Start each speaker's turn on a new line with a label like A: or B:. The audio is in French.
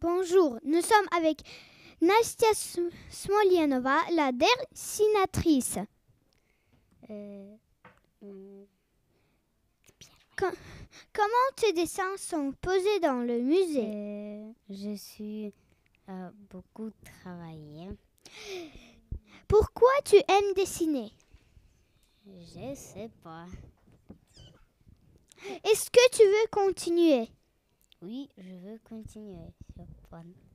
A: Bonjour, nous sommes avec Nastia Sm- Smolianova, la dessinatrice. Com- comment tes dessins sont posés dans le musée
B: Euh, je suis euh, beaucoup travaillé.
A: Pourquoi tu aimes dessiner
B: Je sais pas.
A: Est-ce que tu veux continuer
B: Oui, je veux continuer. Je pense.